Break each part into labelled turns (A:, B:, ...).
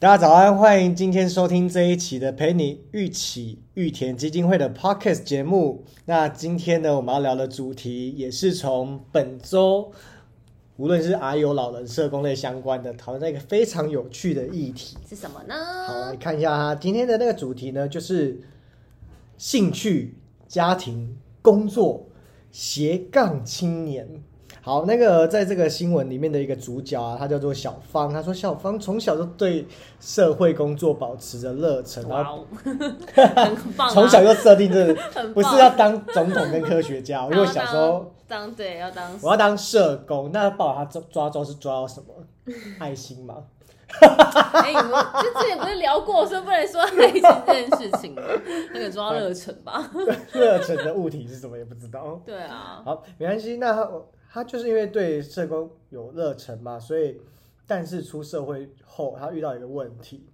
A: 大家早安，欢迎今天收听这一期的陪你一起育田基金会的 podcast 节目。那今天呢，我们要聊的主题也是从本周，无论是阿友老人社工类相关的，讨论到一个非常有趣的议题。
B: 是什么
A: 好，来
B: 呢？
A: 看一下它今天的那个主题呢，就是兴趣、家庭、工作、斜杠青年。好，那个在这个新闻里面的一个主角啊，他叫做小芳。他说小芳从小就对社会工作保持着热忱，然
B: 哇
A: 后
B: 哦，很棒、啊！
A: 从小就设定这
B: 很棒
A: 不是要当总统跟科学 家，
B: 然
A: 我就
B: 后
A: 想说
B: 当当对要当
A: 我要当社工。那爸爸他抓抓周是抓到什么？ 爱心吗？
B: 哎，我们就之前不是聊过说不能说爱情这件事情吗？ 那个抓热忱吧。
A: 热忱的物体是什么也不知道。
B: 对啊，
A: 好，没关系。那他他就是因为对社工有热忱嘛，所以但是出社会后，他遇到一个问题，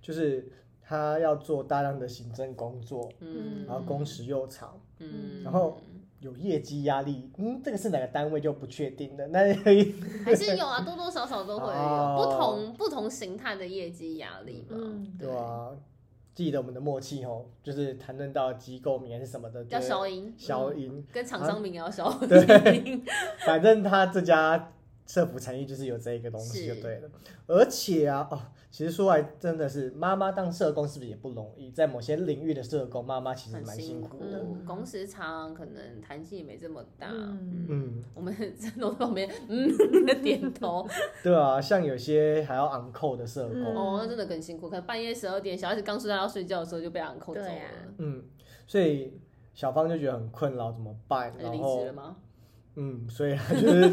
A: 就是他要做大量的行政工作，
B: 嗯
A: 然后工时又长，
B: 嗯，
A: 然后有业绩压力。嗯，这个是哪个单位就不确定的。那对
B: 还是有啊，多多少少都会
A: 哦
B: 有不同不同形态的业绩压力吧。
C: 嗯
B: 对，
A: 啊，记得我们的默契哦，就是谈论到机构名还是什么的，
B: 要
A: 就是
B: 消音，
A: 消
B: 嗯
A: 音。
B: 跟厂商名也要消 音
A: 对。反正他这家社服产业就是有这一个东西就是对了。而且啊，哦，其实说来真的是，妈妈当社工是不是也不容易？在某些领域的社工，妈妈其实
B: 很
A: 蛮辛
B: 辛
A: 苦
B: 苦
A: 的。
C: 嗯，
B: 工时长，可能弹性也没这么大。
C: 嗯
B: 嗯，
A: 嗯，
B: 我们在楼旁边嗯点头，
A: 对啊，像有些还要昂扣的社
C: 嗯
A: 工，
B: 哦，那真的更辛苦，可能半夜十二点，小孩子刚睡到要睡觉的时候就被俺扣走
C: 对
B: 了
C: 啊，
A: 嗯，所以小芳就觉得很困扰，怎么办？
B: 他就
A: 然
B: 离
A: 后
B: 职了，吗？
A: 嗯，所以他 就是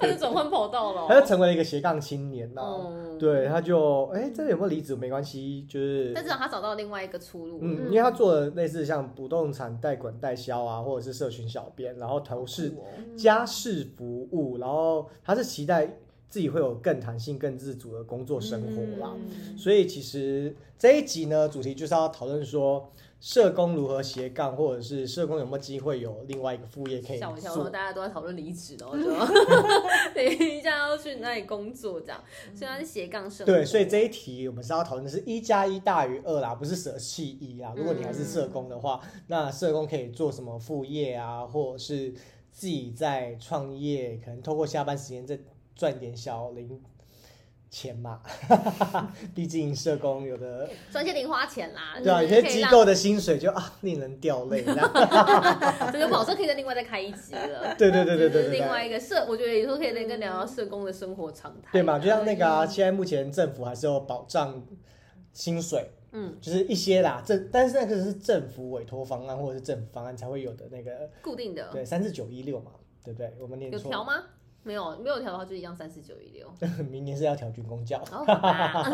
B: 他就转换跑道了
A: 他就
B: 哦。
A: 成为了一个斜杠青年呐、
B: 嗯，
A: 对，他就哎、这有没有离职没关系，就是
B: 但至少他找到另外一个出路。
A: 嗯，
C: 嗯
A: 因为他做的类似像不动产代管代销啊，或者是社群小编，然后
B: 好
A: 投
B: 酷
A: 是
B: 哦
A: 家事服务，然后他是期待自己会有更弹性、更自主的工作生活啦。
B: 嗯
A: 所以其实这一集呢，主题就是要讨论说社工如何斜杠，或者是社工有没有机会有另外一个副业可以
B: 吓我一跳，
A: 做
B: 说。大家都在讨论离职 哦，就等一下要去哪里工作这样，虽然是斜杠生活
A: 对，所以这一题我们是要讨论的是一加一大于二啦，不是舍弃一啊啦。如果你还是社工的话，
B: 嗯
A: 那社工可以做什么副业啊，或者是自己在创业，可能透过下班时间再赚点小零钱嘛。 毕竟社工有的，
B: 赚些零花钱啦，
A: 对啊，有
B: 呃就是
A: 些
B: 可以
A: 机
B: 让
A: 构的薪水就啊令人掉泪这样。。
B: 这就保证可以再另外再开一集了
A: 对对对对对
B: 就是
A: 对
B: 另外
A: 对。
B: 一个社，我觉得有时候可以跟聊聊社工的生活常态。
A: 对嘛，就像那个、啊，现在目前政府还是有保障薪水，
B: 嗯，
A: 就是一些啦，政，但是那个是政府委托方案或者是政府方案才会有的那个，
B: 固定的，
A: 对，三四九一六嘛，对不对？我们念
B: 有调
A: 错，
B: 吗？没有，没有调的话就一样三四九一六。
A: 明年是要调军工教，
B: 然后好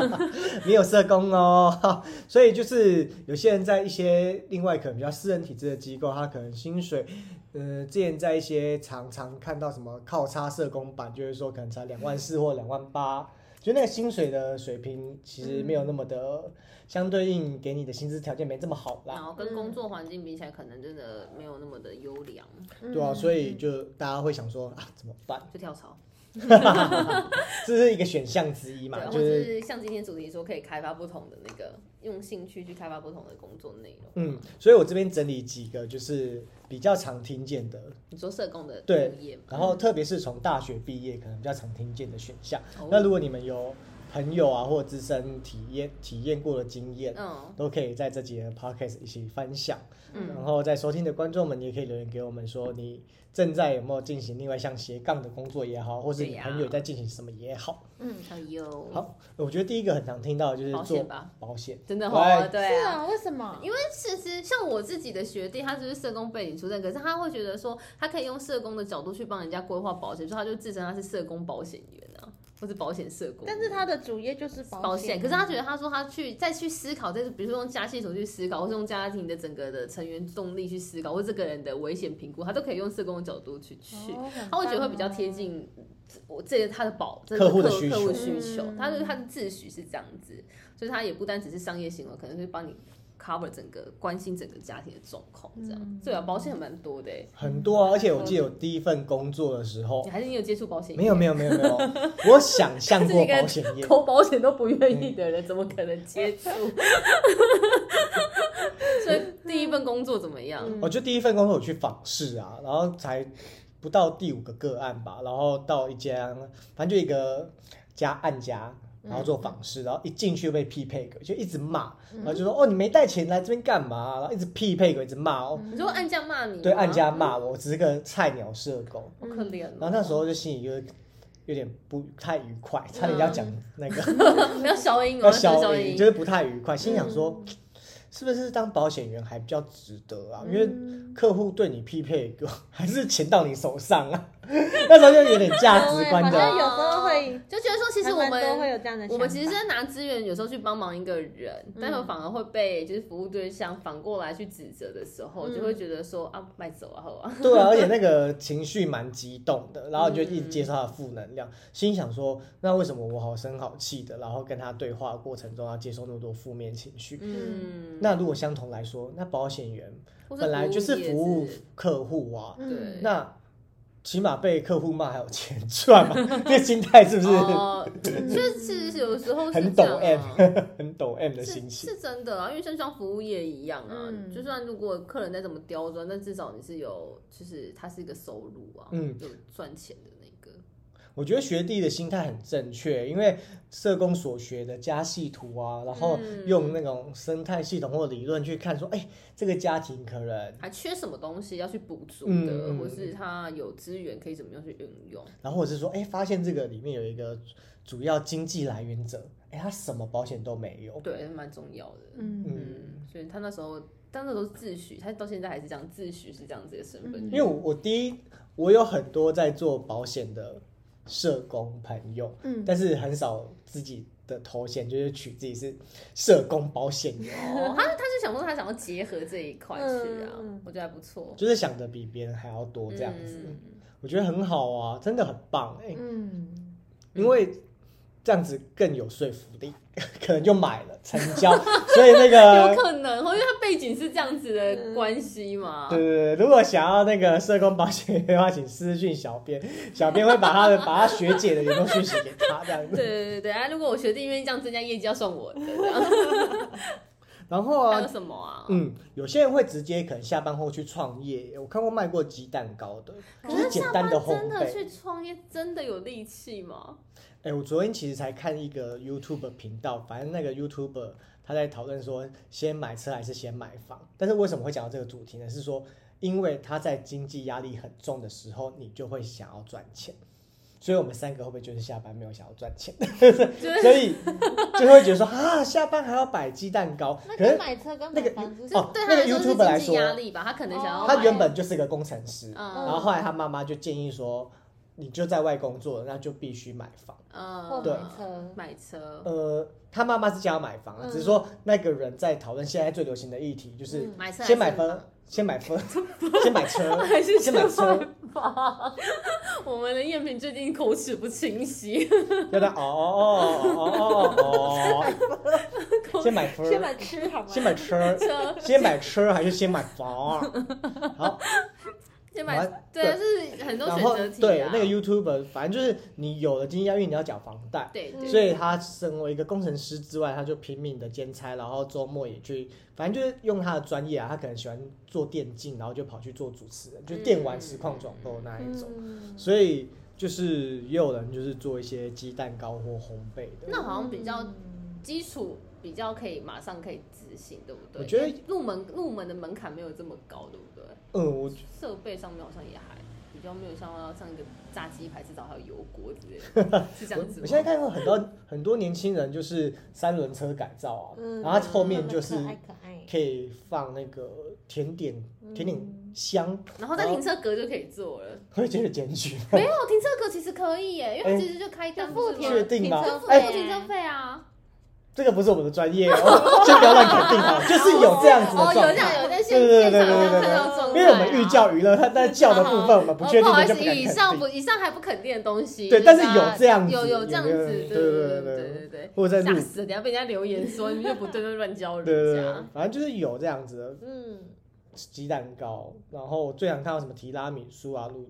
B: 吧
A: 没有社工哦， 所以就是有些人在一些另外可能比较私人体制的机构，他可能薪水，呃，之前在一些常常看到什么靠差社工版，就是说可能才两万四或两万八。就那个薪水的水平其实没有那么的，相对应给你的薪资条件没这么好啦
B: 然。后跟工作环境比起来，可能真的没有那么的优良，
C: 嗯
A: 对啊，所以就大家会想说啊，怎么办？
B: 就跳槽。
A: 这是一个选项之一嘛，
B: 对，或
A: 就
B: 者
A: 是
B: 是像今天主题说，可以开发不同的那个，用兴趣去开发不同的工作内容。
A: 嗯，所以我这边整理几个就是比较常听见的，
B: 你说社工的
A: 对
B: 职业嘛，
A: 然后特别是从大学毕业可能比较常听见的选项。
B: 哦
A: 那如果你们有朋友啊或者自身体验体验过的经验，
B: 嗯
A: 都可以在这几个 podcast 一起分享。
B: 嗯，
A: 然后在收听的观众们也可以留言给我们说，你正在有没有进行另外一项斜杠的工作也好，或是你
B: 对呀
A: 朋友在进行什么也好。
C: 嗯，
B: 还有
A: 好，我觉得第一个很常听到的就是
B: 保
A: 做哎
B: 险吧，
A: 保险。
B: 真的
A: 喂
B: 哦，对
C: 是
B: 啊，
C: 啊，为什么？
B: 因为其实像我自己的学弟，他就是社工背景出身，可是他会觉得说，他可以用社工的角度去帮人家规划保险，所以他就自称他是社工保险员啊，或是保险社工。
C: 但是他的主业就是
B: 保
C: 险，
B: 险，可是他觉得他说他去再去思考，再比如说用家系统去思考，或是用家庭的整个的成员动力去思考，或这个人的危险评估，他都可以用社工的角度去去。
C: 哦
B: 他会觉得会比较贴。近我这个他的保这
A: 客
B: 个
A: 户的
B: 客
A: 需
B: 客
A: 求
B: 户需求，
C: 嗯
B: 他的他的自诩是这样子，所以他也不单只是商业行为，可能会帮你 cover 整个关心整个家庭的状况，这样、对啊，保险蛮多的欸，
A: 很多啊，而且我记得我第一份工作的时候
B: 你，还是你有接触保险业？
A: 没有没有没有没有，我想象
B: 这是
A: 过
B: 一个
A: 保险业，
B: 投保险都不愿意的人，怎么可能接触？所以第一份工作怎么样？
A: 我就第一份工作我去访视啊，然后才不到第五个个案吧，然后到一间，反正就一个家按家，然后做访视，然后一进去被匹配个，就一直骂，然后就说、哦你没带钱来这边干嘛？然后一直匹配个，一直骂哦，
B: 你说按家骂你吗？
A: 对，按家骂我，我只是个菜鸟社工，
B: 好可怜哦。
A: 然后那时候就心里就有点不太愉快，差点要讲那个。
B: 你要消音
A: 要
B: 哦，要消
A: 嗯消音，嗯
B: 音
A: 就。是不太愉快，心想说，是不是当保险员还比较值得啊？因
C: 嗯
A: 为客户对你匹配 一个，还是钱到你手上啊？ 那时候就有点价值观
C: 好像
A: 的，
C: 有时候会
B: 就觉得说，其实我
C: 还蛮多会
B: 们
C: 有这样的想法，
B: 我们其实在拿资源，有时候去帮忙一个人，但是反而会被就是服务对象反过来去指责的时候，
C: 嗯
B: 就会觉得说啊，卖走啊，好啊，
A: 对啊，而且那个情绪蛮激动的，然后就一直接受他的负能量，心想说，那为什么我好声好气的，然后跟他对话的过程中要接受那么多负面情绪？
B: 嗯，
A: 那如果相同来说，那保险员
B: 或
A: 本来就是
B: 业
A: 服务
B: 之
A: 客户啊，
B: 对
A: 那起码被客户骂还有钱赚嘛， 这心态是不是
B: 哦，
C: 嗯
B: 确实是有时候是
A: 很
B: 这
A: 抖
B: 样啊
A: M，很抖 M 的心
B: 是
A: 情？
B: 是真的啊，因为就像服务业一样啊，
C: 嗯
B: 就算如果客人再怎么刁钻，但至少你是有，就是它是一个收入啊，
A: 嗯，
B: 有赚钱的那个，
A: 我觉得学弟的心态很正确，因为社工所学的家系图啊，然后
B: 嗯
A: 用那种生态系统或理论去看说，哎、这个家庭可能，
B: 嗯还缺什么东西要去补足的，
A: 嗯嗯
B: 或是他有资源可以怎么样去运用，
A: 然后或者是说，哎、发现这个里面有一个主要经济来源者，哎、他什么保险都没有，
B: 对，蛮重要的。
C: 嗯
B: 嗯，所以他那时候，但那时候自诩，他到现在还是这样自诩是这样子的身份
A: 嗯因。为我我第一，我有很多在做保险的社工朋友，
C: 嗯
A: 但是很少自己的头衔就是取自己是社工保险员，
B: 哦，他他就想说他想要结合这一块去啊，
C: 嗯嗯
B: 我觉得还不错。
A: 就是想的比别人还要多哦这样子，
B: 嗯
A: 我觉得很好啊，真的很棒哎、
C: 嗯，
A: 因为这样子更有说服力， 可能就买了成 交，所以那
B: 有
A: 个。
B: 可能哦，因为他背景是这样子的关系嘛。
A: 对对对，如果想要那个社工保险 员的话，请私讯小编，小编会把他的把他学姐的联络讯息给他这样
B: 对
A: 子。
B: 对对对啊！如果我学弟愿意这样增加业绩，要算我的。这样
A: 然后
B: 还
A: 啊
B: 有，什么啊？
A: 嗯，有些人会直接可能下班后去创业，我看过卖过鸡蛋糕的，就是简单的烘
B: 真的
A: 焙。
B: 去创业，真的有力气吗？
A: 哎、我昨天其实才看一个 YouTube 频道，反正那个 YouTuber 他在讨论说，先买车还是先买房？但是为什么会讲到这个主题呢？是说，因为他在经济压力很重的时候，你就会想要赚钱。所以我们三个会不会就是下班没有想要赚钱， 所以就会觉得说啊，下班还要摆鸡蛋糕。
C: 那
A: 可是
C: 跟买车跟
A: 那
C: 买
A: 个
C: 房子是
A: 哦
B: 对他
A: 那个
B: 来说是
A: YouTuber 来
B: 经济压
A: 说
B: 力吧，他可能想要
C: 哦
B: 买。
A: 他原本就是个工程师，然后
B: 嗯
A: 后来他妈妈就建议说，你就在外工作，那就必须买房。
B: 嗯
C: 或
A: 对
C: 买车，
B: 买车
A: 呃，他妈妈是想要买房啊，只是说那个人在讨论现在最流行的议题，就是
C: 嗯
B: 买车还是
A: 先买
B: 房
A: 房，先买房，先买车，
B: 还是
A: 先买车，
B: 吧。我们的赝品最近口齿不清晰，
A: 要不然哦哦哦哦哦哦哦，先买房，
C: 先买吃好吗？
A: 先买车，
B: 车
A: 先买车还是先买房？好，然
B: 先买
A: 后
B: 对啊，就是很多
A: 然
B: 选
A: 后
B: 择题
A: 对
B: 啊。
A: 那个 YouTuber，反正就是你有了经济压力，你要缴房贷。
B: 对
C: 嗯
B: 对，
A: 所以他身为一个工程师之外，他就拼命的兼差，然后周末也去，反正就是用他的专业啊，他可能喜欢做电竞，然后就跑去做主持人，就电玩实况转播那一种。
C: 嗯
A: 所以就是也有人就是做一些鸡蛋糕或烘焙的。
B: 那好像比较基础比较可以马上可以执行，对不对？
A: 我觉得
B: 入门入门的门槛没有这么高，对不对？
A: 嗯，我
B: 设备上面好像也还比较没有像要像一个炸鸡排，至少还有油锅之类 的，是这
A: 我
B: 样子吗？
A: 我现在看到很多很多年轻人就是三轮车改造啊，
C: 嗯
A: 然后他后面就是
C: 可爱嗯可爱，
A: 可以放那个甜点甜点箱，
B: 然后在停车格就可以做 了，
A: 会觉得检举。
B: 没有停车格其实可以耶，因为
A: 哎
B: 它其实就开单
C: 就付
B: 停
C: 停
A: 确定吗哎
C: 停
B: 就
C: 车
B: 付
C: 费
B: 付停车费啊。
A: 这个不是我们的专业哦，先不要乱肯定哈，就是有这样子
B: 哦，
A: 的
B: 有
A: 状
B: 这
A: 态。
B: 样有在
A: 对
B: 现
A: 对
B: 现
A: 对
B: 场
A: 对
B: 有
A: 对
B: 看
A: 对
B: 到状啊障碍、
A: 因为我们寓教于乐，它但教的部分我们不确定
B: 哦不好
A: 的
B: 意
A: 就
B: 思，
A: 不敢
B: 以
A: 肯
B: 上
A: 定。
B: 不以上还不肯定的东西，
A: 对
B: 就
A: 但是
B: 大
A: 有
B: 家
A: 这样子
B: 有有
A: 有
B: 这样
A: 没有
B: 子，
A: 对
B: 对
A: 对
B: 对
A: 对
B: 对对
A: 或者在
B: 吓
A: 录，
B: 死了！等一下被人家留言说你就不对，就乱教
A: 对对
B: 人
A: 对
B: 家，，
A: 反正就是有这样子的
B: 嗯。
A: 鸡蛋糕，然后我最想看到什么提拉米苏啊、乳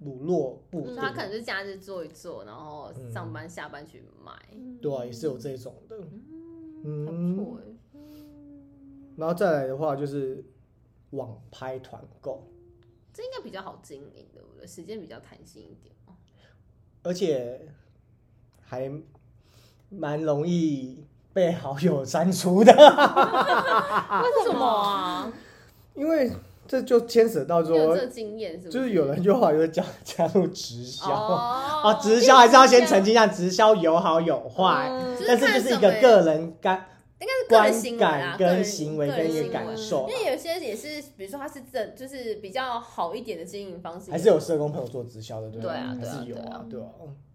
A: 乳酪布
B: 嗯，
A: 丁，
B: 他可能就假日做一做，然后上班下班去买。
A: 对啊，也是有这种的。
B: 还不错
A: 嗯，
B: 欸
A: 然后再来的话就是网拍团购，
B: 这应该比较好经营，对不对？时间比较弹性一点。
A: 而且还蛮容易被好友删除的。
B: 为什么啊？
A: 因为这就牵扯到
B: 你有
A: 说
B: 这，个经验是不是？
A: 就是有人就好就加加入直销、
B: 哦
A: 啊，直销还是要先澄清一下，直销有好有坏，
C: 嗯
B: 就是
A: 但是就是一个个人感
B: 应该是个
A: 观
B: 人行为啦，
A: 感
B: 个人
A: 跟行为跟一
B: 个
A: 个
B: 人
A: 感
B: 行
A: 受
B: 为。，因为有些也是，比如说他是正，就是比较好一点的经营方式，
A: 还是有社工朋友做直销的，对不
B: 对啊
A: 还
B: 对啊
A: 是有
B: 对啊
A: 对啊。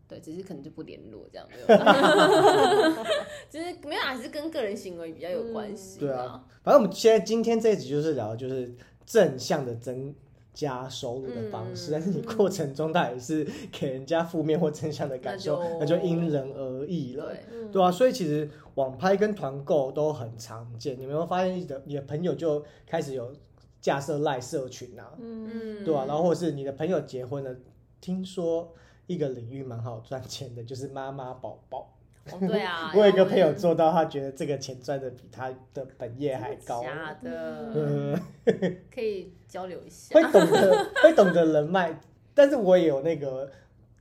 B: 对，只是可能就不联络 这样，没有啦就是没有啊，还是跟个人行为比较有关系、
A: 对啊，反正我们现在今天这一集就是聊，就是正向的增加收入的方式，
B: 嗯
A: 但是你过程中到底是给人家负面或正向的感受，
B: 那
A: 那
B: 就
A: 就因人而异了。
B: 对，
C: 嗯
A: 对啊，所以其实网拍跟团购都很常见。你有没有发现你的你的朋友就开始有架设赖社群啊？
C: 嗯
B: 嗯，
A: 对啊，然后或是你的朋友结婚了，听说一个领域蛮好赚钱的，就是妈妈宝宝。，
B: 哦对啊
A: 我有一个朋友做到，他觉得这个钱赚的比他的本业还高。
B: 假的，
A: 呃，
B: 可以交流一下
A: 会。懂得会懂得人脉，但是我也有那个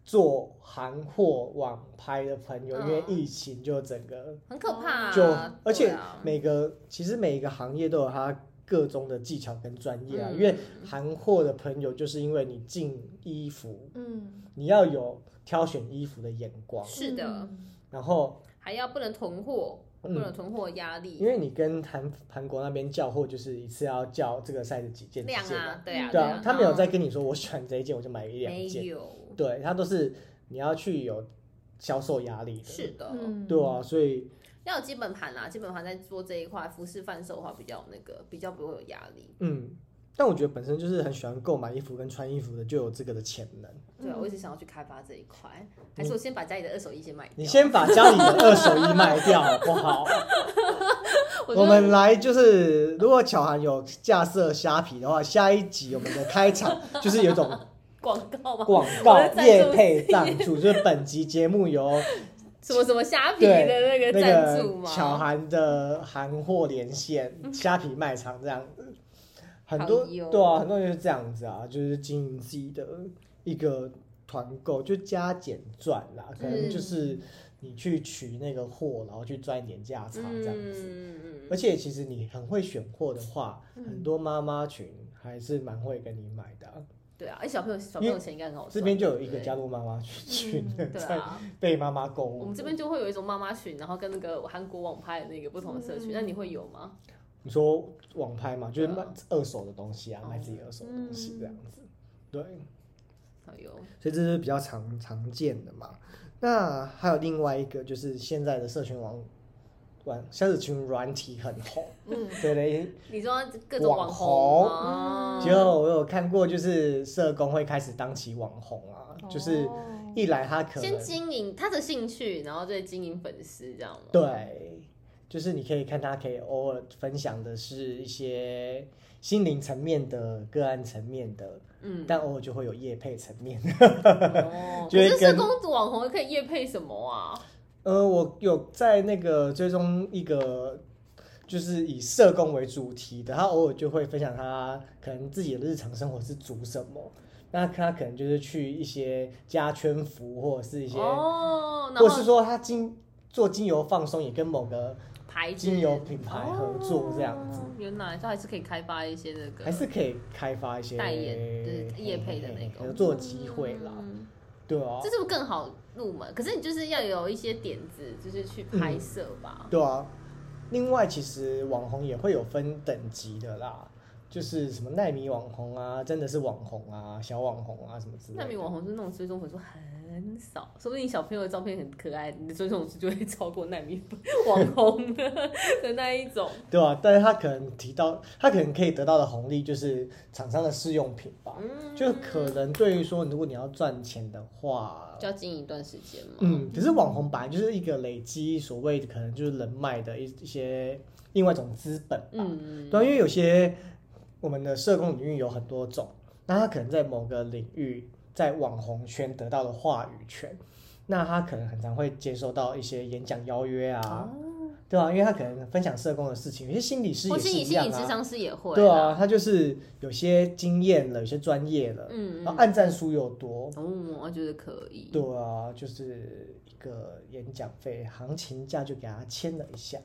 A: 做韩货网拍的朋友，因为
B: 嗯
A: 疫情就整个
B: 很可怕、啊，
A: 就而
B: 对
A: 且
B: 啊
A: 每个其实每一个行业都有它各中的技巧跟专业啊，
B: 嗯
A: 因为韩货的朋友就是因为你进衣服，
C: 嗯，
A: 你要有挑选衣服的眼光，
B: 是
C: 嗯
B: 的，
A: 然后
B: 还要不能囤货，不
A: 嗯
B: 能有囤货压力，
A: 因为你跟韩韩国那边叫货，就是一次要叫这个 size 几件几
B: 量
A: 件
B: 啊
A: 嘛，，
B: 对啊，
A: 对
B: 啊
A: 啊，，他没有在跟你说我喜欢这一件我就买一两
B: 没
A: 件，
B: 有，
A: 对他都是你要去有销售压力的，
B: 是的，
C: 嗯，
A: 对啊，所以
B: 要有基本盘啦，基本盘在做这一块服饰贩售的话，比较有那个比较不会有压力。
A: 嗯。但我觉得本身就是很喜欢购买衣服跟穿衣服的，就有这个的潜能。
B: 对啊，
C: 嗯
B: 我一直想要去开发这一块，还是我先把家里的二手衣先卖掉。
A: 你，先把家里的二手衣卖掉好不 好？
B: 我
A: 我
B: 就
A: 们来就是，如果巧涵有架设虾皮的话，下一集我们的开场就是有一种
B: 广告嘛，
A: 广
B: 我
A: 告
B: 的赞助
A: 业配赞助， 就是本集节目由
B: 什么什么虾皮的那
A: 那
B: 个赞助
A: 个
B: 嘛，
A: 巧涵的韩货连线虾皮卖场这样，很多
B: 好哟
A: 对啊，很多人就是这样子啊，就是经营自己的一个团购，就加减赚啦，可
B: 嗯
A: 能就是你去取那个货，然后去赚一点价差这样子。
B: 嗯嗯
A: 而且其实你很会选货的话，
C: 嗯
A: 很多妈妈群还是蛮会跟你买的啊、
B: 对啊，哎，小朋友小朋友钱应该很好赚。
A: 这边就有一个
B: 哦对
A: 加入妈妈群 群的
B: 对
A: 在
B: 啊，
A: 被妈妈购
B: 我
A: 物
B: 们。这边就会有一种妈妈群，然后跟那个韩国网拍的那个不同的社群，
C: 嗯
B: 那你会有吗？
A: 你说网拍嘛，就是
B: 对啊
A: 卖二手的东西啊，
B: 哦嗯
A: 卖自己二手的东西这样子。对，
B: 哎呦，
A: 所以这是比较常常见的嘛。那还有另外一个就是现在的社群网软社群软体很红，
C: 嗯
A: 对嘞。
B: 你说各种网
C: 网
B: 啊，
C: 红
A: 结果我有看过，就是社工会开始当起网红啊，就是
C: 哦
A: 一来他可能
B: 先经营他的兴趣，然后再经营粉丝，这样吗？
A: 对，就是你可以看他可以偶尔分享的是一些心灵层面的、个案层面的，
B: 嗯，
A: 但偶尔就会有业配层面。
B: 哦，
A: 就会
B: 可是社
A: 跟
B: 工网红可以夜配什么啊？
A: 呃，我有在那个追踪一个。就是以社工为主题的，他偶尔就会分享他可能自己的日常生活是煮什么，那他可能就是去一些家圈服或者是一些，
B: 哦，然
A: 或者是
B: 后
A: 说他精做精油放松也跟某个
B: 牌子
A: 精油品牌合作这样子，
B: 哦原来他还是可以开发一些那个
A: 还是可以开发一些
B: 代言就是业配的那个
A: 合作机会啦，
B: 嗯
A: 对啊
B: 这，是不是更好入门？可是你就是要有一些点子，就是去拍
A: 嗯
B: 摄吧。
A: 对啊。另外，其实网红也会有分等级的啦，就是什么奈米网红啊，真的是网红啊，小网红啊什么之类
B: 那
A: 的。
B: 名网红就是那种追踪粉数很少，说不定小朋友的照片很可爱，你的追踪粉丝就会超过那名网红 的的那一种。
A: 对吧、但是他可能提到，他可能可以得到的红利就是厂商的试用品吧，
B: 嗯，
A: 就可能对于说，如果你要赚钱的话，
B: 就要经营一段时间嘛。
A: 嗯，可是网红本来就是一个累积所谓的可能就是人脉的一一些另外一种资本吧，
B: 嗯，
A: 对啊，因为有些我们的社工领域有很多种，那他可能在某个领域在网红圈得到了话语权，那他可能很常会接收到一些演讲邀约啊，
B: 哦，
A: 对啊，因为他可能分享社工的事情，有些心理师
B: 或
A: 也
B: 是
A: 是
B: 你
A: 一
B: 心
A: 样
B: 理智
A: 啊，
B: 商师也会，
A: 对啊，，他就是有些经验了，有些专业了，然
B: 嗯，
A: 后
B: 嗯
A: 按赞数又多，
B: 哦，我觉得可以。
A: 对啊，就是一个演讲费行情价就给他签了一下，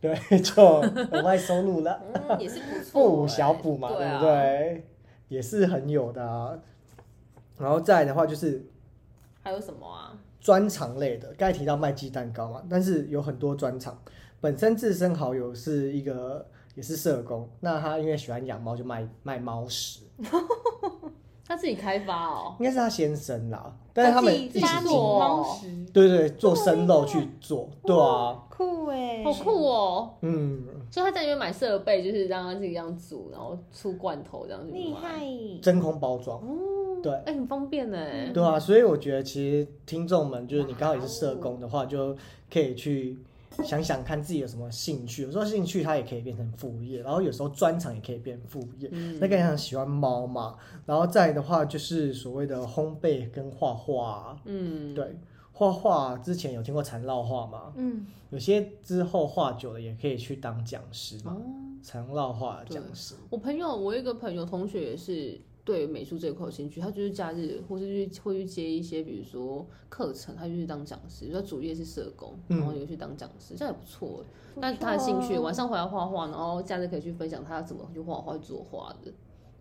A: 对，就额外收入了。
B: 嗯，也是不错、
A: 不补小补嘛，
B: 对
A: 对
B: 啊
A: 不对？也是很有的啊。然后再来的话就是
B: 还有什么啊？
A: 专场类的，刚才提到卖鸡蛋糕嘛，但是有很多专场，本身自身好友是一个也是社工，那他因为喜欢养猫就卖卖猫食，
B: 他自己开发哦，
A: 应该是他先生啦，但是他们一起
B: 家
A: 经
B: 庭做
A: 营，
B: 猫
C: 食，
A: 对对，做生肉去做，对啊，
C: 酷哎，
B: 好酷哦！
A: 嗯，
B: 所以他在里面买设备，就是让他自己这样煮，然后出罐头这样子
C: 厉害
B: 卖。，
A: 真空包装，对。
B: 哎、很方便呢、
A: 对啊，所以我觉得其实听众们，就是你刚好也是社工的话，就可以去想想看自己有什么兴趣。有时候兴趣它也可以变成副业，然后有时候专长也可以变副业。
B: 嗯
A: 那个像喜欢猫嘛，然后再来的话就是所谓的烘焙跟画画，
B: 嗯，
A: 对。画画之前有听过缠绕画吗？
C: 嗯，
A: 有些之后画久了也可以去当讲师嘛，
B: 哦，
A: 缠绕画的讲师。
B: 我朋友，我有一个朋友同学也是对美术这一块有兴趣，他就是假日或是去会去接一些，比如说课程，他就去当讲师，他主业是社工，
A: 嗯
B: 然后也去当讲师，这样也不错欸。
C: 不
B: 那他的兴趣，
C: 错
B: 晚上回来画画，然后假日可以去分享他怎么去画画、作画的。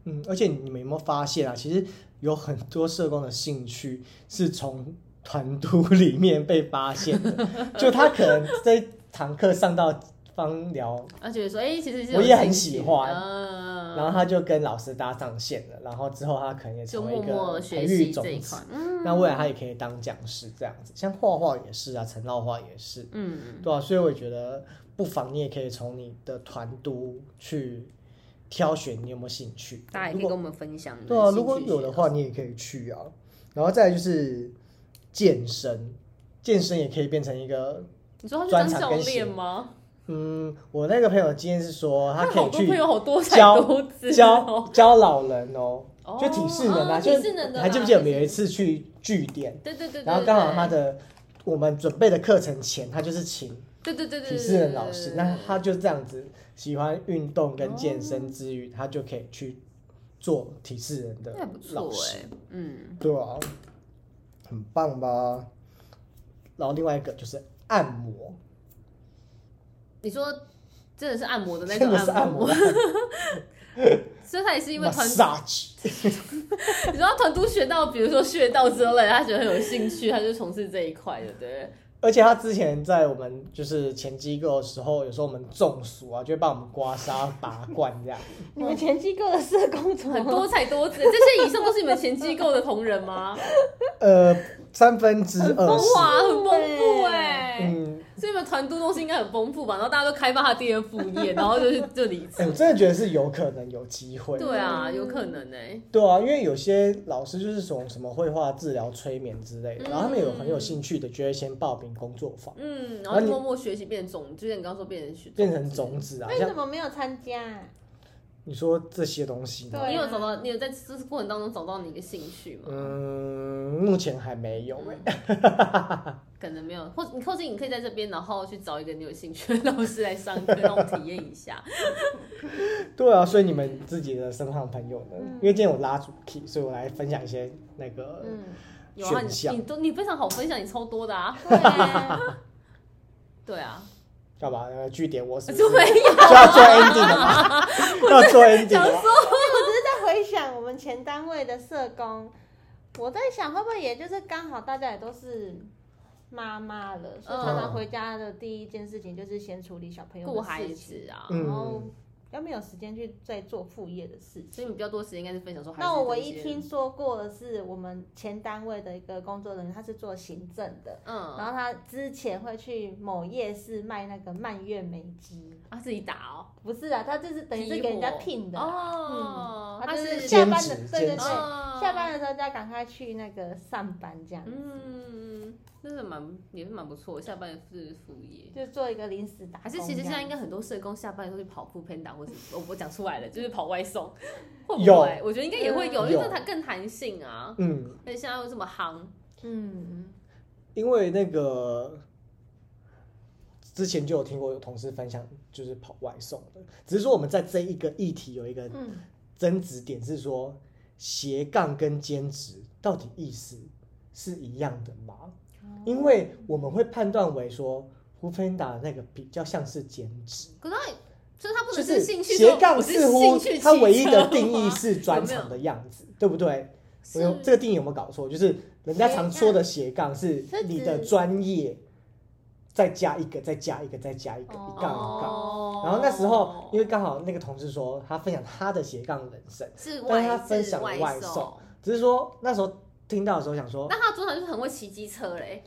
A: 嗯，而且你们有没有发现啊？其实有很多社工的兴趣是从团 督里面被发现的，就他可能这堂课上到芳疗，
B: 他觉得说，哎、其实是
A: 我
B: 有
A: 也很
B: 兴
A: 喜
B: 趣
A: 欢
B: 啊
A: 然后他就跟老师搭上线了，然后之后他可能也
B: 就
A: 成为
B: 默
A: 一
B: 默
A: 个培
B: 学
A: 育
B: 习
A: 种
B: 这一
A: 子
B: 块。。嗯
A: 那未来他也可以当讲师这样子，像画画也是啊，陈绕画也是，
B: 嗯，
A: 对啊，所以我觉得不妨你也可以从你的团督去挑选你有没有兴趣。
B: 大家也
A: 如
B: 可以
A: 果
B: 跟我们分享你的
A: 对啊，
B: 兴
A: 如果
B: 趣
A: 有
B: 是
A: 的
B: 什
A: 话，
B: 么，
A: 你也可以去啊。然后再来就是健身，健身也可以变成一个，
B: 你说他去
A: 专
B: 当
A: 场
B: 教
A: 跟
B: 练
A: 行
B: 吗？
A: 嗯，我那个朋友今天是说啊他可
B: 好
A: 以
B: 多朋
A: 去
B: 友好多才
A: 教
B: 多姿哦，
A: 教教老人哦，
B: 哦
A: 就体适能啊，
B: 哦
A: 就
B: 体适能的啦，
A: 还记不记得我们
B: 体
A: 有一次去据点，
B: 对对对，对
A: 然后刚好
B: 对
A: 他的我们准备的课程前，他就是请
B: 对对对对
A: 体
B: 对
A: 适
B: 对
A: 能
B: 对
A: 老
B: 对
A: 师，
B: 对
A: 那
B: 对
A: 他就这样子喜欢运动跟健
B: 哦
A: 身之余，他就可以去做体适能的
B: 那也不错
A: 老师
B: 哎。，嗯，
A: 对啊，很棒吧？然后另外一个就是按摩，
B: 你说真的是按摩的那
A: 真
B: 种
A: 的是按
B: 摩
A: 摩，
B: 所以他也是因为团，
A: massage，
B: 你知道团都学到，比如说穴道之类，他觉得很有兴趣，他就从事这一块，对不对？
A: 而且他之前在我们就是前机构的时候，有时候我们中暑啊，就会帮我们刮痧、拔罐这样。
C: 你们前机构的社工怎
B: 很
C: 么
B: 多才多姿，这些以上都是你们前机构的同仁吗？
A: 呃，三分之二十，
B: 哇，很丰富
C: 哎
B: 哎、
A: 嗯，
B: 所以你们团督东西应该很丰富吧？然后大家都开发他第二副业，然后 就是就离
A: 哎、
B: 职。
A: 我真的觉得是有可能有机会。
B: 欸对啊，有可能哎、
A: 对啊，因为有些老师就是从什么绘画、治疗、催眠之类的，然后他们有很有兴趣的，就会先报名工作坊，
B: 嗯，然
A: 然后
B: 后
A: 你
B: 默默学习变种，就像你刚刚说变成学
A: 变成种子啊，
C: 为
A: 像
C: 什么没有参加？
A: 你说这些东西嘛
C: 对啊
B: 你有找到，你有在这次过程当中找到你的兴趣吗？
A: 嗯，目前还没有哎、
C: 嗯
B: 可能没有，或你或者你可以在这边，然后去找一个你有兴趣的老师来上课，让我体验一下。
A: 对啊，所以你们自己的身旁朋友呢？
C: 嗯
A: 因为今天我拉主题，所以我来分享一些那个，
C: 嗯，
B: 有啊，
A: 选项
B: 你你都你非常好分享，你超多的啊。
C: 对啊，
B: 对啊，
A: 干嘛？那个据点 我是不是
B: 就
C: 啊
B: 没有
A: 就要做 ending 了吗？要做 ending 了吗？
C: 在回想我们前单位的社工，我在想会不会也就是刚好大家也都是妈妈了，所以常常回家的第一件事情就是先处理小朋友
B: 顾
C: 的
B: 孩
C: 事情，
B: 子啊。
A: 嗯
C: 然后比较没有时间去再做副业的事
B: 所以
C: 情。
B: 你比较多时间应该是分享说还是
C: 那我唯
B: 这
C: 一
B: 些
C: 听说过的是，我们前单位的一个工作人员，他是做行政的，
B: 嗯
C: 然后他之前会去某夜市卖那个蔓越莓鸡，
B: 啊自己打哦
C: 不是啊，他就是等于是给人家聘的，啊
B: 哦，
C: 他
B: 他
C: 就是
B: 是
C: 下班的，
A: 兼职
C: 对对
A: 兼
C: 对，
A: 职
B: 哦
C: 下班的时候就要赶快去那个上班这样子，
B: 嗯，真的蛮也是蛮不错，下班也是副业。
C: 就做一个临时打
B: 还
C: 工
B: 是
C: 这样。
B: 其实现在应该很多社工下班都去跑步 Panda 或者我我讲出来了，就是跑外送，会不
A: 有
B: 会？我觉得应该也会有，
A: 嗯
B: 因为这
A: 有
B: 它更弹性啊。
A: 嗯，
B: 而且现在又这么夯，
C: 嗯，
A: 因为那个之前就有听过有同事分享，就是跑外送的，只是说我们在这一个议题有一个
C: 嗯
A: 争执点是说，斜杠跟兼职到底意思是一样的吗？
C: 哦
A: 因为我们会判断为说。胡芬达那个比较像是兼职，
B: 可是它就是它不
A: 就
B: 能
A: 是
B: 兴趣，
A: 斜杠
B: 我是
A: 似乎
B: 兴趣
A: 它
B: 骑
A: 唯一
B: 车
A: 的定义
B: 吗
A: 是专长的样子，对不对？我有
B: 是
A: 这个定义有没有搞错？就是人家常说的斜杠是
C: 是
A: 你的
C: 指
A: 专业，再加一个，再加一个，再加一个，一杠一杠。
B: 哦
A: 然后那时候，因为刚好那个同事说他分享他的斜杠人生，
B: 是
A: 但是他
B: 外
A: 分
B: 是
A: 享了
B: 外
A: 外送只是说那时候听到的时候想说，
B: 那他的专长就是很会骑机车嘞，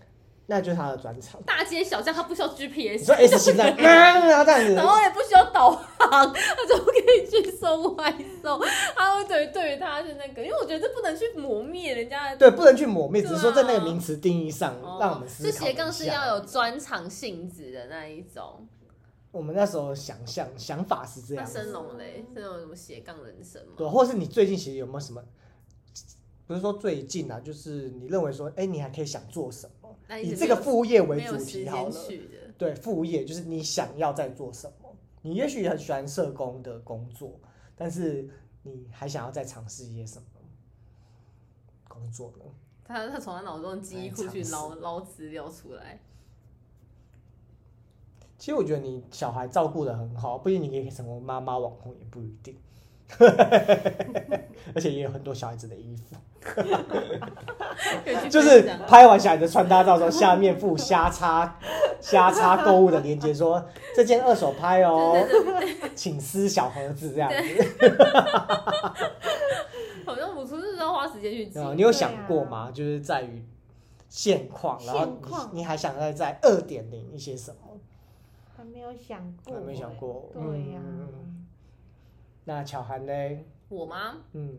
A: 那就是他的专长。
B: 大街小巷他不需要
A: 你
B: GPS，
A: 说 S 型的， 啊这样
B: 然
A: 子，
B: 后也不需要导航，他怎么可以去送外送？他会对对于他是那个，因为我觉得这不能去磨灭人家的。
A: 对，不能去抹灭，只
B: 对啊哦
A: 是说在那个名词定义上，让我们思
B: 就
A: 考一下。
B: 斜杠是要有专长性质的那一种。
A: 我们那时候想象想法是这
B: 那
A: 样子，
B: 生龙嘞，生龙有什么斜杠人生吗？
A: 啊对，或是你最近其实有没有什么？不是说最近啊，就是你认为说，哎、你还可以想做什么？
B: 那啊一
A: 以
B: 直
A: 这个副业为
B: 没有
A: 主
B: 没有时
A: 题好
B: 间
A: 了。
B: 去的，
A: 对，副业就是你想要在做什么。你也许很喜欢社工的工作，但是你还想要再尝试一些什么工作呢？
B: 他他从他脑中的记忆库去捞
A: 来
B: 捞资料出 来。
A: 其实我觉得你小孩照顾的很好，不一定你可以成为妈妈网红，也不一定。 而且也有很多小孩子的衣服，
B: 可以去
A: 就是
B: 分享
A: 拍完小孩的穿搭照之后，下面附瞎插瞎插购物的链接说，这件二手拍 哦，请撕小盒子这样子。
B: 好像我出是要花时间去记。
A: 啊， 你有想过吗？就是在于现况，然后
C: 现况
A: 你你还想再在二点零一些什么？
C: 还没有想过，
A: 还没想过
C: 对啊呀、
A: 嗯那巧涵呢？
B: 我吗？
A: 嗯，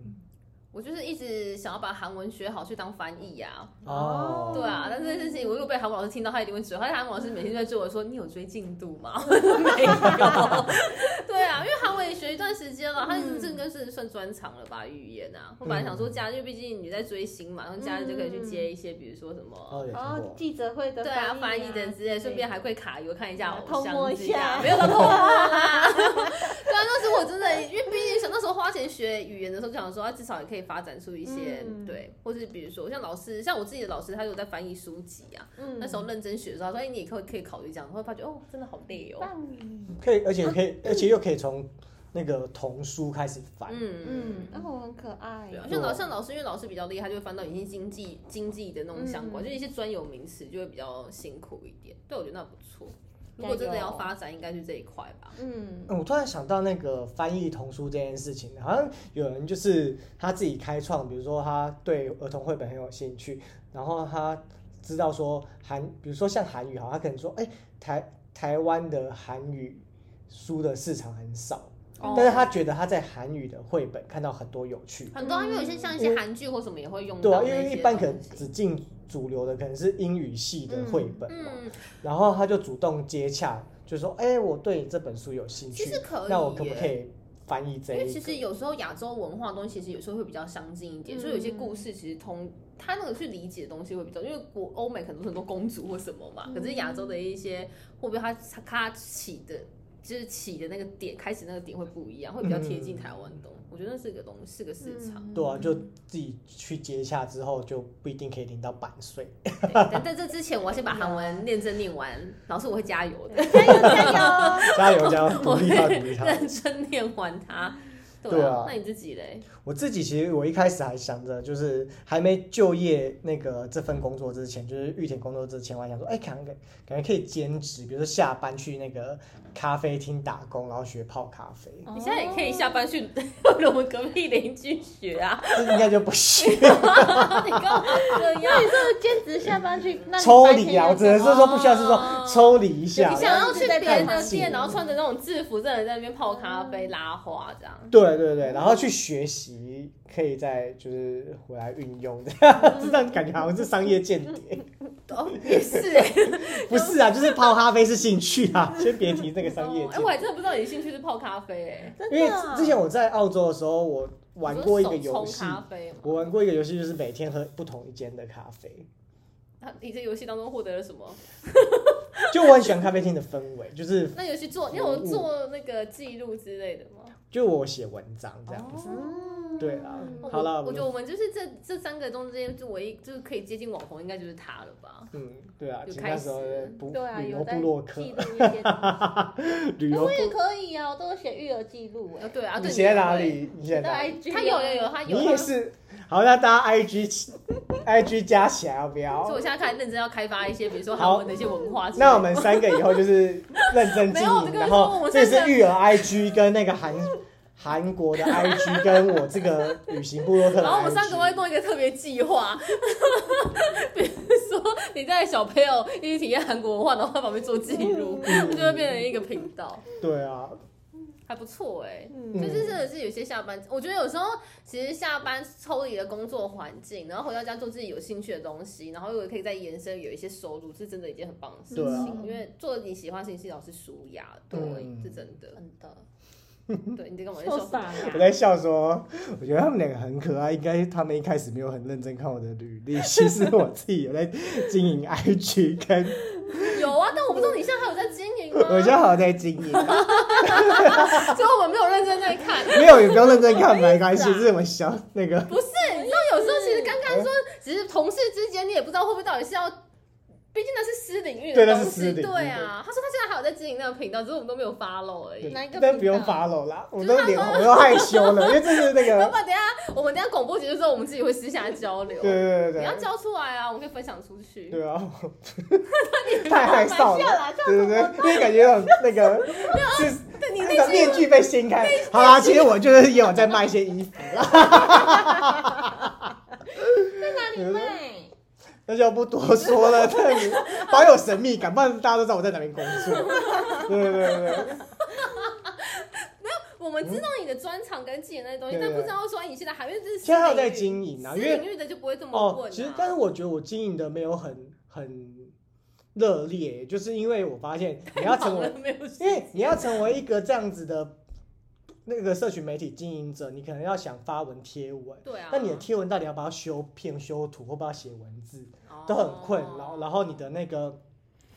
B: 我就是一直想要把韩文学好，去当翻译呀、
A: 哦，
B: 对啊，但这件事情我如果被韩文老师听到，他一定会追我。而且韩文老师每天都在追我说：“你有追进度 吗？”我说
A: 嗯
B: 没有。对啊，因为韩文也学一段时
A: 嗯
B: 间了，他这这跟是算专长了吧？语言啊，我本来想
A: 嗯
B: 说假日，毕竟你在追星嘛，然后假日就可以去接一些，比如说什么。
A: 哦，有
C: 然
A: 听
C: 后
A: 过。
C: 记者会的
B: 对啊，
C: 翻
B: 翻译的之类，顺便还会卡油看一下偶
C: 偷
B: 像
C: 摸一
B: 之类的
C: 下
B: 没有到偷摸啦。 对啊，那时候我真的，因为毕竟想那时候花钱学语言的时候，就想说，啊至少也可以发展出一些、
C: 嗯
B: 对，或是比如说像老师，像我自己的老师，他有在翻译书籍啊，
C: 嗯
B: 那时候认真学的时候，他说：“哎、你也可以可以考虑这样。”然后发觉哦，真的好累哦。
C: 棒耶
A: 可以，而且可以，而且又可以从那个童书开始翻。
B: 嗯
C: 嗯，然后我很可爱
B: 对啊，
A: 对
B: 像老像老师，因为老师比较厉害，就会翻到一些经济经济的那种相关，
C: 嗯
B: 就一些专有名词就会比较辛苦一点。对，我觉得那不错。如
C: 加油
B: 果真的要发展，应该就这一块吧。
C: 嗯，
A: 嗯我突然想到那个翻译童书这件事情，好像有人就是他自己开创，比如说他对儿童绘本很有兴趣，然后他知道说韩，比如说像韩语，好，他可能说，哎、台台湾的韩语书的市场很少，
B: 哦
A: 但是他觉得他在韩语的绘本看到很多有趣，
B: 很多啊，因为有些像一些韩剧或什么也会用
A: 嗯对
B: 到
A: 啊，
B: 那
A: 因
B: 些东西。
A: 为一般可能只进主流的可能是英语系的绘本嘛，
B: 嗯，
A: 然后他就主动接洽，就说，哎、我对你这本书有兴趣
B: 其，实可以。
A: 那我可不可？以翻译这
B: 因
A: 一
B: 为
A: 个？
B: 其实有时候亚洲文化的东西，其实有时候会比较相近一点，
C: 嗯
B: 所以有些故事其实通他那个去理解的东西会比较，因为国欧美可能都是很多公主或什么嘛，
C: 嗯
B: 可是亚洲的一些会不会他他他起的，就是起的那个点，开始那个点会不一样，会比较贴近台湾东，我觉得那是个东是个市场。
C: 嗯
A: 对啊，就自己去接洽之后，就不一定可以领到版税。
B: 对但在这之前，我要先把韩
C: 啊
B: 文念真念完，老师我会加油的，
C: 加油加油！
A: 加油，加油，鼓励他，鼓励他。
B: 认真念完它。
A: 对
B: 啊
A: 啊，
B: 那你自己嘞？
A: 我自己其实我一开始还想着，就是还没就业那个这份工作之前，就是玉田工作之前，我还想说，哎、感觉感觉可以兼职，比如说下班去那个咖啡厅打工，然后学泡咖啡，
B: 你现在也可以下班去我们隔壁邻居学 啊！
A: 这应该就不是
B: 你干嘛这
C: 那
B: 样？
C: 你这个兼职下班去，那你
A: 抽
C: 白天
A: 离啊，
C: 要
A: 我只能是
C: 干嘛
A: 说不需要是
B: 哦
A: 说抽离一下
B: 你
C: 你。
B: 想
C: 想
B: 要
C: 要
B: 去
C: 去
B: 别
C: 别
B: 的
C: 的
B: 店，
A: 店然
B: 然后
A: 后
B: 穿着那种制服，在在那边泡咖啡、拉花这样。
A: 对对对，然后去学习，可以再就是回来运用，这样这样感觉好像是商业间谍。
B: 哦，也是哎、
A: 不是啊，就是泡咖啡是兴趣 啊，先别提那个 商业
B: 哦
A: 间
B: 哎、我还真的不知道你的兴趣是泡咖啡哎、
C: 真的啊
A: 因为之之前我在澳洲的时候，我玩过一个
B: 你说
A: 游
B: 手
A: 戏
B: 冲，咖啡嘛。
A: 我玩过一个游戏，就是每天喝不同一间的咖啡。
B: 那你在游戏当中获得了什么？
A: 就我很喜欢咖啡厅的氛围，就是
B: 那游戏做，你有做那个记录之类的吗？
A: 就我写文章这样子。
B: 哦
C: 嗯
A: 对啊
B: 我
A: 好啦
B: 哦我觉得我们就是这这三个中间，就唯一就是可以接近网红，应该就是他了吧？
A: 嗯，对啊，
B: 就
A: 其实
B: 开
A: 那
B: 始
A: 时候不
C: 对啊，
A: 旅
C: 有
A: 游
C: 在
A: 部落客
C: 记，录一些东
A: 旅
C: 西，
B: 哦
A: 游
C: 我也
A: 部。
C: 可以啊，我都有写育儿记录
B: 呃
C: 哎，
B: 对啊，对
A: 你写在哪？里？你写
C: 写
A: 在
C: 到
A: 哪里？
C: IG，
B: 他有有有，，他有。
A: 你也是。好，那大家 I G I G 加起来要不
B: 所以
A: 要
B: 我？现在开始认真要开发一些，比如说韩文的一些文化之类的。
A: 那我们三个以后 就是认真经
B: 没有我跟
A: 营，
B: 你
A: 然
B: 说我
A: 后
B: 们
A: 这是
B: 三个
A: 育儿 IG 跟那个韩 韩国的 IG 跟我这个旅行部落客的 IG，
B: 然后我们三个会弄一个特别计划，比如说你带小朋友一起体验韩国文化，然后在旁边做记录，
A: 嗯
B: 就会变成一个频道，
A: 对啊，
B: 还不错哎、
C: 嗯，
B: 就是真的是有些下班，我觉得有时候其实下班抽离了工作环境，然后回到家做自己有兴趣的东西，然后又可以再延伸有一些收入，是真的一件很棒的事情。
A: 对啊
B: 因为做你喜欢的事情，老是舒压，对，
A: 嗯
B: 是真的。
C: 真的，
B: 对，你在 干嘛？
C: 受傻
A: 我
C: 呀，
A: 在笑说，我觉得他们两个很可爱，应该他们一开始没有很认真看我的履历，其实我自己有在经营 IG，跟
B: 有啊，但我不知道你现在还有在经营吗？
A: 我现在好像在经营，
B: 所以我们没有认真在看。
A: 没有也不用认真看，没 关系，
B: 啊
A: 这是我小那个
B: 不是，你知道有时候其实刚刚说，
A: 嗯
B: 只是同事之间，你也不知道会不会到底是要，毕竟那是私领域的
A: 对那是
B: 东西
A: 私领域
B: 对啊，他说他现在还有在经营那个频道，只是我们都没有 follow 而已。
C: 哪一个
A: 但不用
C: 频道
A: follow 啦，我都脸我都害羞了，因为这是那
B: 要
A: 个
B: 不然等一下我们等一下广播结束之后，我们自己会私下交流。
A: 对对对
B: 你
A: 对
B: 要交出来啊，我们可以分享出去。
A: 对啊，我太害臊
C: 笑
A: 了。
C: 啦，
A: 对对对，因为感觉有那个是那个面具被掀开。好啦，其实我就是也有在卖一些衣服啦，
C: 在哪里哦卖？
A: 那就不多说了，这里保有神秘感，不然大家都知道我在哪边工作。对对对对，
B: 我们知道你的专长跟技能那些东西，
A: 对对
B: 但
A: 对
B: 不知道说哎你现在还因为这是私
A: 现在还有
B: 领域
A: 在经营啊
B: 私
A: 因为
B: 领域的就不会这么
A: 哦
B: 问，
A: 其实
B: 啊。
A: 但是我觉得我经营的没有很很热烈，就是因为我发现你要成为
B: 忙了没有时
A: 因为
B: 间？
A: 你要成为一个这样子的那个社群媒体经营者，你可能要想发文贴文，
B: 对啊，
A: 那你的贴文到底要不要修片、修图，或不要写文字，
B: 哦
A: 都很困扰。然后你的那个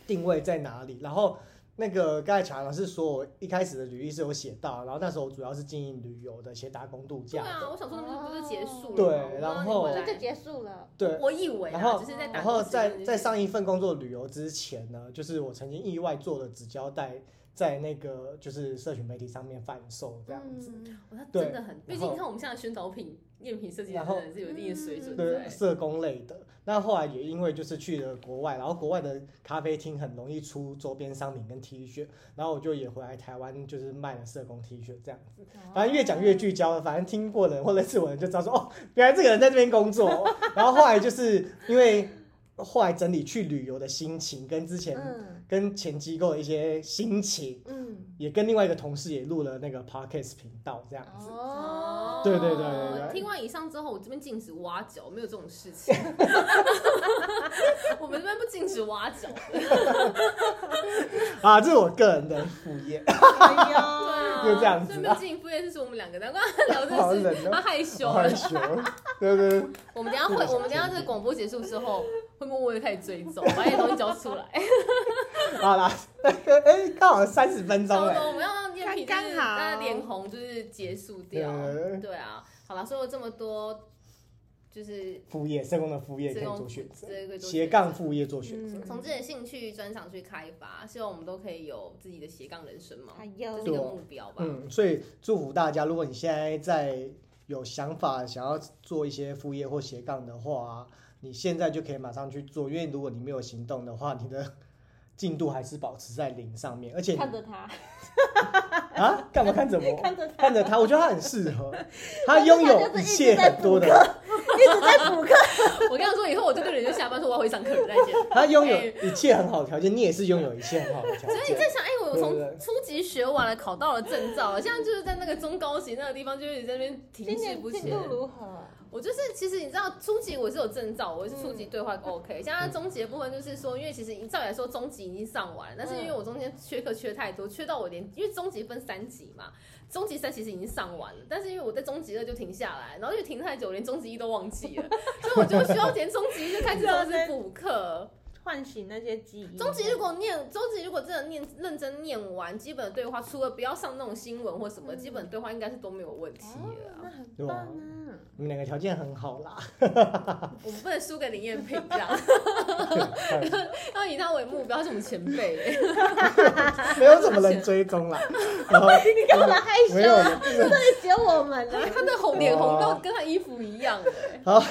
A: 定位在哪里？然后那个刚才乔老师说，我一开始的履历是有写到，然后那时候我主要是经营旅游的，写打工度
B: 对
A: 假
B: 啊，
A: 的，
B: 我想说，那不是结束了吗？
A: 对
B: 我不知道
A: 然
B: 你
A: 后
B: 回
C: 这
B: 来
C: 哦就结束了，
A: 对。
B: 我以为啦，
A: 然后
B: 就是在打
A: 然
B: 工
A: 后
B: 时间
A: 在
B: 这件
A: 在
B: 事
A: 上一份工作旅游之前呢，就是我曾经意外做了纸胶带，在那个就是社群媒体上面贩售这样子。
C: 嗯，
B: 哦那
A: 对
B: 真的很，毕竟你看我们现在宣导品、赝品设计真
A: 然后嗯
B: 的是有一定的水准
A: 对
B: 在。
A: 社工类的。那后来也因为就是去了国外，然后国外的咖啡厅很容易出周边商品跟 T 恤，然后我就也回来台湾，就是卖了社工 T 恤这样子。
C: 哦
A: 反正越讲越聚焦了，反正听过的人或认识我的人就知道说，哦，原来这个人在这边工作。然后后来就是因为后来整理去旅游的心情，跟之前、
C: 嗯
A: 跟前机构的一些心情，
C: 嗯，
A: 也跟另外一个同事也录了那个 podcast 频道这样子。
C: 哦，
A: 对对对对对
B: 听完以上之后，我这边禁止挖角，没有这种 事情。我们这边不禁止挖 角，
A: 啊，这是我个人的副业。
C: 哎呦，
B: 对啊，
A: 就这样子啊
B: 所以没有经营副业就是我们两个，难怪他聊
A: 好
B: 这个
A: 冷
B: 事，
A: 哦
B: 他害羞
A: 害
B: 了。
A: 羞，对对对，
B: 我们等一下会，我们等一下这个广播结束之后，会默默的开始追踪，把一些东西交出来。
A: 好啦， 那个哎，刚好三十分
B: 差
A: 钟
B: 不
A: 哎，
B: 多，我们要让赝品
C: 刚
B: 就是
C: 好
B: 大家脸红就是结束掉。
A: 对
B: 对啊，好了，说了这么多就是
A: 副业，社工的副业可
B: 这
A: 以
B: 种
A: 做选择，
B: 这个
A: 斜杠副业做选择。
C: 嗯
B: 从自己的兴趣专长去开发，希望我们都可以有自己的斜杠人生嘛，
C: 哎
B: 这
C: 呦
B: 是一个目标吧。
A: 嗯，所以祝福大家，如果你现在在有想法想要做一些副业或斜杠的话，啊你现在就可以马上去做，因为如果你没有行动的话，你的进度还是保持在零上面，而且你
C: 看着他，
A: 啊，干嘛看着我？
C: 看着他
A: 看着他，我觉得他很适合， 他拥有
C: 就是一直
A: 切
C: 在
A: 很
C: 补
A: 多的
C: 课一直在补课，
B: 我跟他说以后，我就跟人家下班说我要回上课了，再见。
A: 他拥有一切很好的条件，你也是拥有一切很好的条
B: 所以你
A: 件。
B: 在想，哎、我
A: 对对
B: 从
A: 对
B: 初级学完了，考到了证照了，现在就是在那个中高级那个地方，就是在那边停
C: 今
B: 滞
C: 年
B: 不
C: 进
B: 前。
C: 度如何？
B: 我就是，其实你知道，初级我是有证照，我是初
C: 嗯
B: 级对话 OK。现在中级的部分就是说，因为其实照理来说中级已经上完，但是
C: 嗯
B: 因为我中间缺课缺太多，缺到我连因为中级分三级嘛，中级三其实已经上完了，但是因为我在中级二就停下来，然后又停太久，连中级一都忘记了， 所以我就需要连中级一就开始
C: 啊
B: 重新补课。
C: 唤醒那些记忆。
B: 中级如果念，中级如果真的念认真念完基本的对话，除了不要上那种新闻或什么，
C: 嗯
B: 基本对话应该是都没有问题
C: 哦
B: 的、
C: 那
B: 啊。
C: 很
A: 对
C: 棒
A: 吧
C: 啊！
A: 你们两个条件很好啦，
B: 我们不能输给林彦平 这样，要以他为目标，他是我们前辈、欸。
A: 没有什么人追踪 啦。然后
C: 你干嘛害羞
A: 没有
C: 啊？
A: 人追踪
C: 这里只有我们啊了。
B: 他的红脸红到跟他衣服一样、欸，
A: 好，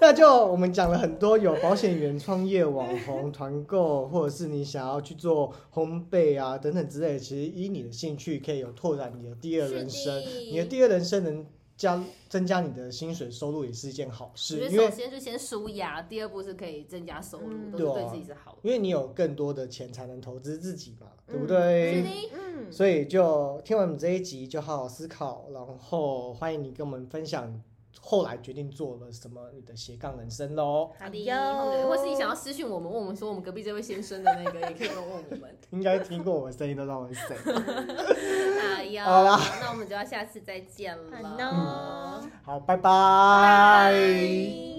A: 那就我们讲了很多有保险员、创业、网红、团购，或者是你想要去做烘焙啊等等之类的，其实依你的兴趣可以有拓展你的
B: 欸
A: 第二人生
B: 是，的
A: 你的第二人生能加增加你的薪水收入也是一件好
B: 我
A: 事，
B: 觉
A: 因
B: 得
A: 为
B: 首先是先舒压，第二步是可以增加收入，
C: 嗯
B: 都是对自己是好的。
A: 因为你有更多的钱才能投资自己嘛，对不
B: 是
A: 对？
B: 的，
C: 嗯，
A: 所以就听完我们这一集，就好好思考，然后欢迎你跟我们分享后来决定做了什么你的斜杠人生喽，
B: 好
C: 哎
B: 的，
C: 呦
B: 对或是你想要私讯我们，问我们说我们隔壁这位先生的那个，也可以问问我 们。
A: 应该听过我声音都知道我是谁。
B: 哎呀，
A: 好啦
B: 那我们就要下次再见
C: 好
B: 了。
C: 呢
A: 好，拜拜。
B: 拜。